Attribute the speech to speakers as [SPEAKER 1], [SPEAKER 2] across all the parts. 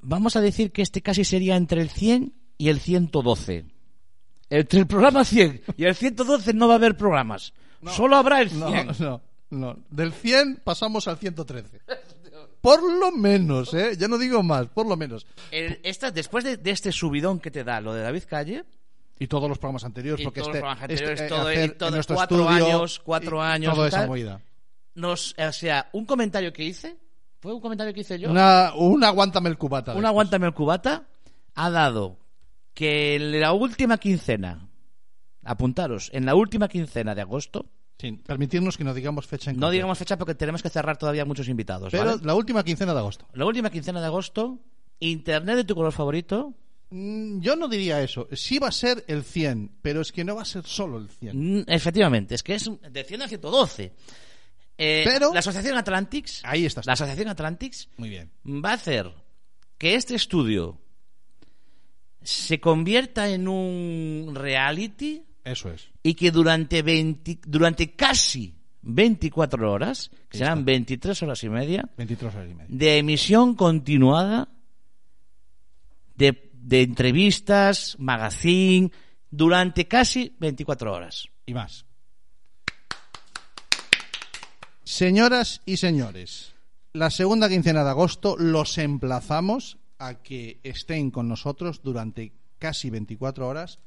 [SPEAKER 1] Vamos a decir que este casi sería entre el 100 y el 112. Entre el programa 100 y el 112 no va a haber programas. Solo habrá el 100.
[SPEAKER 2] No, no, no. Del 100 pasamos al 113. Por lo menos, ¿eh? Ya no digo más, por lo menos.
[SPEAKER 1] El- esta- después de, de este subidón que te da lo de David Calle,
[SPEAKER 2] Y todos los programas anteriores,
[SPEAKER 1] Y
[SPEAKER 2] porque
[SPEAKER 1] todos
[SPEAKER 2] este,
[SPEAKER 1] los programas anteriores,
[SPEAKER 2] este, eh,
[SPEAKER 1] todo- y
[SPEAKER 2] hacer
[SPEAKER 1] todo-
[SPEAKER 2] en nuestro
[SPEAKER 1] cuatro
[SPEAKER 2] estudio
[SPEAKER 1] años, cuatro
[SPEAKER 2] y
[SPEAKER 1] años
[SPEAKER 2] Toda
[SPEAKER 1] y
[SPEAKER 2] esa
[SPEAKER 1] tal.
[SPEAKER 2] movida.
[SPEAKER 1] nos, eh, o sea, un comentario que hice, fue un comentario que hice yo,
[SPEAKER 2] Una, un aguántame el cubata.
[SPEAKER 1] un
[SPEAKER 2] después.
[SPEAKER 1] aguántame el cubata, ha dado que en la última quincena, apuntaros, en la última quincena de agosto,
[SPEAKER 2] Sin permitirnos que no digamos fecha en
[SPEAKER 1] no
[SPEAKER 2] concreto.
[SPEAKER 1] digamos fecha porque tenemos que cerrar todavía muchos invitados,
[SPEAKER 2] Pero
[SPEAKER 1] ¿vale?
[SPEAKER 2] la última quincena de agosto.
[SPEAKER 1] La última quincena de agosto, internet de tu color favorito,
[SPEAKER 2] Mm, Yo no diría eso. Sí va a ser el 100, pero es que no va a ser solo el 100.
[SPEAKER 1] mm, efectivamente, es que es un- de 100 a 112. Eh,
[SPEAKER 2] Pero- Ah,
[SPEAKER 1] la Asociación Atlantics,
[SPEAKER 2] Ahí estás.
[SPEAKER 1] la Asociación Atlantics
[SPEAKER 2] Muy bien.
[SPEAKER 1] va a hacer que este estudio se convierta en un reality
[SPEAKER 2] Eso es.
[SPEAKER 1] y que durante, 20 durante casi 24 horas, que serán 23 horas y media,
[SPEAKER 2] 23 horas y media.
[SPEAKER 1] de emisión continuada de, de entrevistas, magazine, durante casi 24 horas.
[SPEAKER 2] Y más. Señoras y señores, la segunda quincena de agosto los emplazamos a que estén con nosotros durante casi 24 horas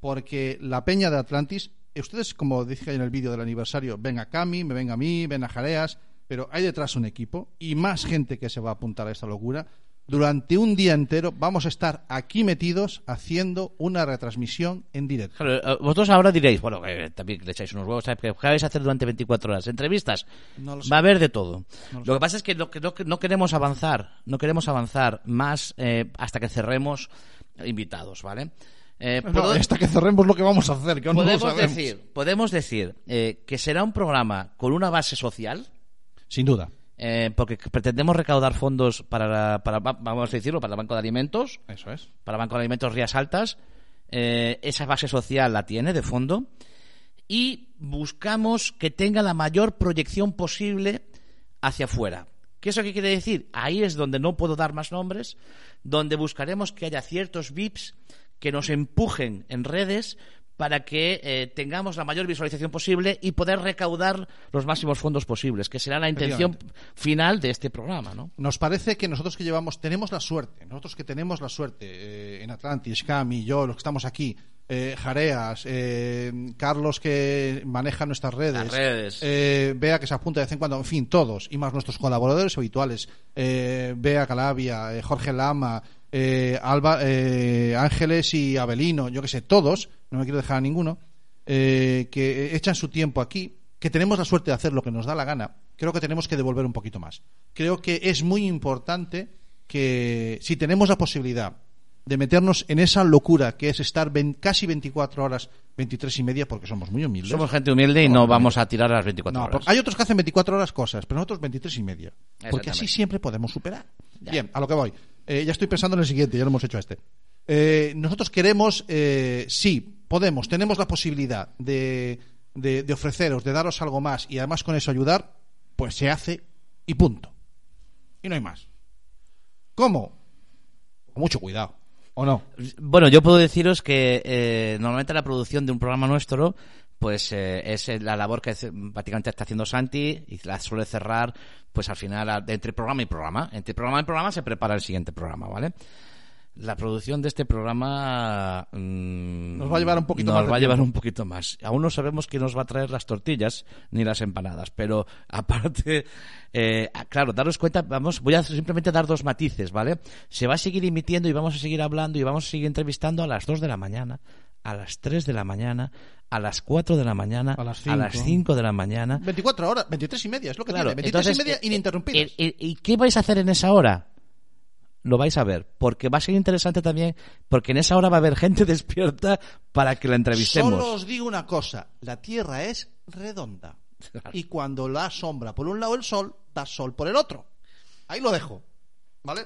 [SPEAKER 2] porque la peña de Atlantis, ustedes como dije en el vídeo del aniversario, ven a Cami, me ven a mí, ven a Jareas, pero hay detrás un equipo y más gente que se va a apuntar a esta locura. Durante un día entero vamos a estar aquí metidos haciendo una retransmisión en directo.
[SPEAKER 1] Claro, eh, vosotros ahora diréis, bueno, que también le echáis unos huevos, ¿sabes? ¿Qué vais a hacer durante 24 horas? ¿Entrevistas?
[SPEAKER 2] No lo sé.
[SPEAKER 1] Va a haber de todo.
[SPEAKER 2] No lo
[SPEAKER 1] lo que pasa es que no, que no- que no queremos avanzar, no queremos avanzar más eh, hasta que cerremos invitados, ¿vale? Eh,
[SPEAKER 2] No,
[SPEAKER 1] puedo-
[SPEAKER 2] hasta que cerremos lo que vamos a hacer, que aún no lo
[SPEAKER 1] podemos,
[SPEAKER 2] sabemos.
[SPEAKER 1] decir, podemos decir eh, que será un programa con una base social,
[SPEAKER 2] Sin duda.
[SPEAKER 1] eh, porque pretendemos recaudar fondos para, la- para, va- vamos a decirlo, para el Banco de Alimentos,
[SPEAKER 2] Eso es.
[SPEAKER 1] para Banco de Alimentos Rías Altas. Eh, esa base social la tiene de fondo. Y buscamos que tenga la mayor proyección posible hacia afuera. ¿Qué eso qué quiere decir? Ahí es donde no puedo dar más nombres, donde buscaremos que haya ciertos VIPs que nos empujen en redes para que eh, tengamos la mayor visualización posible y poder recaudar los máximos fondos posibles, que será la intención final de este programa, ¿no?
[SPEAKER 2] Nos parece que nosotros que llevamos, tenemos la suerte, nosotros que tenemos la suerte, eh, en Atlantis, Cami, yo, los que estamos aquí, eh, Jareas, eh, Carlos que maneja nuestras redes,
[SPEAKER 1] Las redes.
[SPEAKER 2] eh, Bea que se apunta de vez en cuando, en fin, todos, y más nuestros colaboradores habituales, eh, Bea Calavia, eh, Jorge Lama, eh, Alba, eh, Ángeles y Abelino, yo que sé, todos, no me quiero dejar a ninguno, eh, que echan su tiempo aquí, que tenemos la suerte de hacer lo que nos da la gana, creo que tenemos que devolver un poquito más. Creo que es muy importante que si tenemos la posibilidad de meternos en esa locura que es estar ven- casi 24 horas, 23 y media, porque somos muy humildes.
[SPEAKER 1] Somos gente humilde y no vamos a tirar a las 24
[SPEAKER 2] No,
[SPEAKER 1] horas.
[SPEAKER 2] porque hay otros que hacen 24 horas cosas, pero nosotros 23 y media. Porque así
[SPEAKER 1] Exactamente.
[SPEAKER 2] siempre podemos superar.
[SPEAKER 1] Ya.
[SPEAKER 2] Bien, a lo que voy. Eh, ya estoy pensando en el siguiente, ya lo hemos hecho a este. Eh, nosotros queremos, eh, sí, podemos, tenemos la posibilidad de, de- de ofreceros, de daros algo más y además con eso ayudar, pues se hace y punto. Y no hay más. ¿Cómo? Con mucho cuidado, ¿o no?
[SPEAKER 1] Bueno, yo puedo deciros que eh, normalmente la producción de un programa nuestro pues eh, es la labor que hace- prácticamente está haciendo Santi y la suele cerrar pues al final a- de entre programa y programa. Entre programa y programa se prepara el siguiente programa, ¿vale? La producción de este programa mm,
[SPEAKER 2] Nos va a llevar un poquito
[SPEAKER 1] nos
[SPEAKER 2] más de
[SPEAKER 1] va a llevar
[SPEAKER 2] tiempo.
[SPEAKER 1] un poquito más. Aún no sabemos quién nos va a traer las tortillas ni las empanadas, pero aparte, eh, ah, claro, daros cuenta, vamos, voy a simplemente dar dos matices, ¿vale? Se va a seguir emitiendo y vamos a seguir hablando y vamos a seguir entrevistando a las 2 de la mañana, a las 3 de la mañana, a las 4 de la mañana,
[SPEAKER 2] A las
[SPEAKER 1] a las 5 de la mañana.
[SPEAKER 2] 24 horas, 23 y media, es lo que
[SPEAKER 1] Claro,
[SPEAKER 2] tiene. 23
[SPEAKER 1] entonces,
[SPEAKER 2] y media
[SPEAKER 1] eh,
[SPEAKER 2] ininterrumpidas.
[SPEAKER 1] eh, eh, ¿Y qué vais a hacer en esa hora? Lo vais a ver, porque va a ser interesante también, porque en esa hora va a haber gente despierta para que la entrevistemos.
[SPEAKER 2] Solo os digo una cosa, la Tierra es redonda. Y cuando la sombra por un lado el sol, da sol por el otro. Ahí lo dejo. ¿Vale?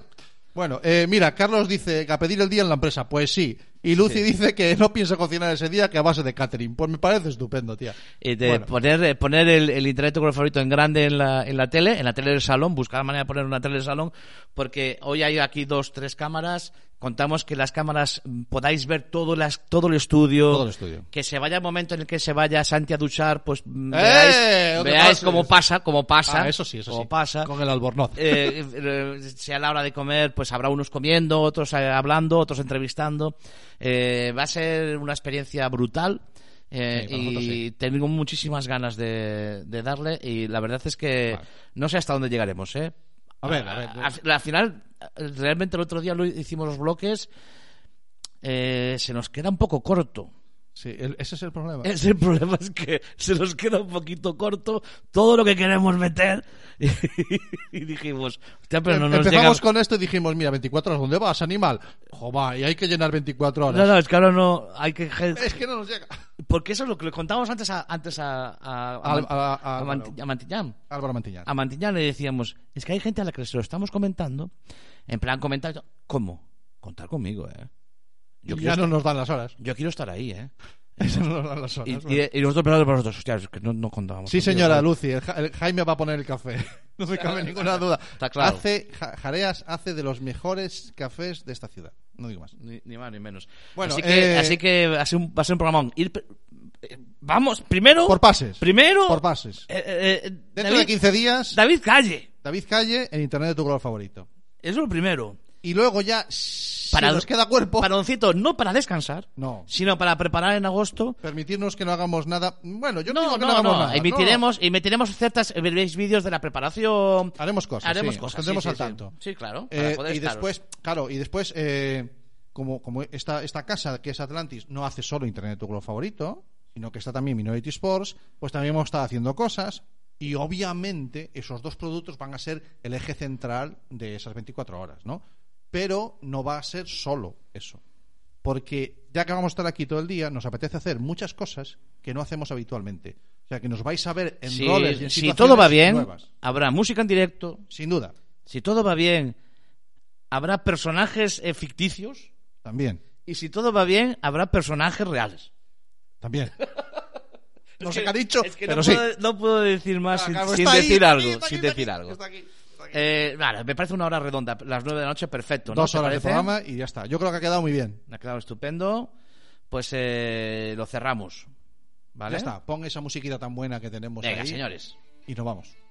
[SPEAKER 2] Bueno, eh, mira, Carlos dice que a pedir el día en la empresa. Pues sí, Y Lucy dice que no piensa cocinar ese día que a base de catering. Pues me parece estupendo, tía.
[SPEAKER 1] Eh, de
[SPEAKER 2] Bueno.
[SPEAKER 1] poner, eh, poner el, el intelecto favorito en grande en la, en la tele, en la tele del salón, buscar la manera de poner una tele del salón, porque hoy hay aquí dos, tres cámaras. Contamos que las cámaras mm, podáis ver todo, las, todo el estudio.
[SPEAKER 2] Todo el estudio.
[SPEAKER 1] Que se vaya el momento en el que se vaya Santi a duchar, pues mm,
[SPEAKER 2] ¡Eh!
[SPEAKER 1] veáis,
[SPEAKER 2] No te
[SPEAKER 1] veáis
[SPEAKER 2] pases.
[SPEAKER 1] cómo pasa, cómo pasa.
[SPEAKER 2] Ah, eso sí, eso
[SPEAKER 1] cómo
[SPEAKER 2] sí.
[SPEAKER 1] pasa.
[SPEAKER 2] Con el albornoz.
[SPEAKER 1] Eh, eh, eh, sea la hora de comer, pues habrá unos comiendo, otros eh, hablando, otros entrevistando. Eh, va a ser una experiencia brutal. eh,
[SPEAKER 2] Sí, para nosotros
[SPEAKER 1] y
[SPEAKER 2] sí.
[SPEAKER 1] tengo muchísimas ganas de, de darle y la verdad es que
[SPEAKER 2] Vale.
[SPEAKER 1] no sé hasta dónde llegaremos. ¿eh?
[SPEAKER 2] A ver, a ver.
[SPEAKER 1] al- al final, realmente el otro día lo hicimos los bloques, eh, se nos queda un poco corto.
[SPEAKER 2] Sí, el- ese es el problema.
[SPEAKER 1] Es el problema es que se nos queda un poquito corto todo lo que queremos meter y, dijimos, "Hostia, pero no
[SPEAKER 2] Em-
[SPEAKER 1] nos
[SPEAKER 2] Empezamos
[SPEAKER 1] llega-
[SPEAKER 2] con esto y dijimos, mira, 24 horas, ¿dónde vas, animal? Jova, y hay que llenar 24 horas.
[SPEAKER 1] No, no, es que ahora no hay que
[SPEAKER 2] Es que no nos llega.
[SPEAKER 1] porque eso es lo que le contábamos antes a antes a a, a,
[SPEAKER 2] Al- a- a-
[SPEAKER 1] a Manti-
[SPEAKER 2] Álvaro.
[SPEAKER 1] a Mantillán.
[SPEAKER 2] Álvaro Mantiñán.
[SPEAKER 1] A Mantillán le decíamos, es que hay gente a la que se lo estamos comentando, en plan comentar, ¿cómo? Contar conmigo, eh. Yo quiero,
[SPEAKER 2] Ya no nos dan las horas.
[SPEAKER 1] yo quiero estar ahí, eh.
[SPEAKER 2] Eso no nos dan las
[SPEAKER 1] Y,
[SPEAKER 2] horas.
[SPEAKER 1] y- y nosotros pensamos para nosotros, hostia, es que no, no contábamos.
[SPEAKER 2] Sí,
[SPEAKER 1] contigo,
[SPEAKER 2] señora
[SPEAKER 1] ¿sabes?
[SPEAKER 2] Lucy, el Ja- el Jaime va a poner el café. No me cabe ninguna duda.
[SPEAKER 1] Está claro.
[SPEAKER 2] Hace, Ja- Jareas hace de los mejores cafés de esta ciudad. No digo más.
[SPEAKER 1] Ni, ni más ni menos.
[SPEAKER 2] Bueno,
[SPEAKER 1] así que,
[SPEAKER 2] eh,
[SPEAKER 1] así que va, a ser un, va a ser un programón. Ir, pr- eh, vamos, primero.
[SPEAKER 2] Por pases.
[SPEAKER 1] Primero.
[SPEAKER 2] Por pases.
[SPEAKER 1] eh, eh, eh,
[SPEAKER 2] Dentro de
[SPEAKER 1] David,
[SPEAKER 2] 15 días,
[SPEAKER 1] David Calle.
[SPEAKER 2] David Calle en internet de tu color favorito.
[SPEAKER 1] Eso es lo primero.
[SPEAKER 2] Y luego ya, si
[SPEAKER 1] Para-
[SPEAKER 2] nos queda cuerpo,
[SPEAKER 1] Paroncito, no para descansar,
[SPEAKER 2] No.
[SPEAKER 1] sino para preparar en agosto.
[SPEAKER 2] permitirnos que no hagamos nada. Bueno, yo no, digo
[SPEAKER 1] No,
[SPEAKER 2] que no,
[SPEAKER 1] no,
[SPEAKER 2] hagamos
[SPEAKER 1] no.
[SPEAKER 2] nada.
[SPEAKER 1] Emitiremos, emitiremos ciertas eh, veréis vídeos de la preparación.
[SPEAKER 2] No. Haremos cosas.
[SPEAKER 1] Haremos
[SPEAKER 2] Ah, sí, os
[SPEAKER 1] cosas.
[SPEAKER 2] Pondremos
[SPEAKER 1] sí,
[SPEAKER 2] al
[SPEAKER 1] sí, sí.
[SPEAKER 2] tanto.
[SPEAKER 1] Sí, claro. para
[SPEAKER 2] Eh,
[SPEAKER 1] poder
[SPEAKER 2] y
[SPEAKER 1] estaros.
[SPEAKER 2] después, claro, y después, eh, como, como esta, esta casa que es Atlantis no hace solo Internet de tu club favorito, sino que está también Minority Sports, pues también hemos estado haciendo cosas. Y obviamente esos dos productos van a ser el eje central de esas 24 horas, ¿no? Pero no va a ser solo eso. Porque ya que vamos a estar aquí todo el día, nos apetece hacer muchas cosas que no hacemos habitualmente. O sea, que nos vais a ver en
[SPEAKER 1] Si-
[SPEAKER 2] roles y en
[SPEAKER 1] si
[SPEAKER 2] situaciones
[SPEAKER 1] todo va bien,
[SPEAKER 2] nuevas.
[SPEAKER 1] habrá música en directo.
[SPEAKER 2] Sin duda,
[SPEAKER 1] Si todo va bien, habrá personajes eh, ficticios.
[SPEAKER 2] también.
[SPEAKER 1] Y si todo va bien, habrá personajes reales.
[SPEAKER 2] También. No
[SPEAKER 1] Es
[SPEAKER 2] sé
[SPEAKER 1] que-
[SPEAKER 2] qué ha dicho,
[SPEAKER 1] es que
[SPEAKER 2] pero
[SPEAKER 1] no,
[SPEAKER 2] sí.
[SPEAKER 1] puedo, no puedo decir más
[SPEAKER 2] Ah,
[SPEAKER 1] sin,
[SPEAKER 2] claro,
[SPEAKER 1] sin
[SPEAKER 2] está ahí,
[SPEAKER 1] decir
[SPEAKER 2] está
[SPEAKER 1] algo.
[SPEAKER 2] aquí, está aquí,
[SPEAKER 1] sin
[SPEAKER 2] está
[SPEAKER 1] decir
[SPEAKER 2] aquí,
[SPEAKER 1] algo.
[SPEAKER 2] está aquí, está aquí.
[SPEAKER 1] Eh, vale, me parece una hora redonda. Las nueve de la noche, perfecto. ¿no?
[SPEAKER 2] Dos
[SPEAKER 1] ¿Te
[SPEAKER 2] horas de
[SPEAKER 1] parece?
[SPEAKER 2] programa y ya está. Yo creo que ha quedado muy bien.
[SPEAKER 1] Me ha quedado estupendo. Pues eh, lo cerramos. ¿Vale?
[SPEAKER 2] Ya está. Pon esa musiquita tan buena que tenemos
[SPEAKER 1] Venga,
[SPEAKER 2] ahí
[SPEAKER 1] señores.
[SPEAKER 2] y nos vamos.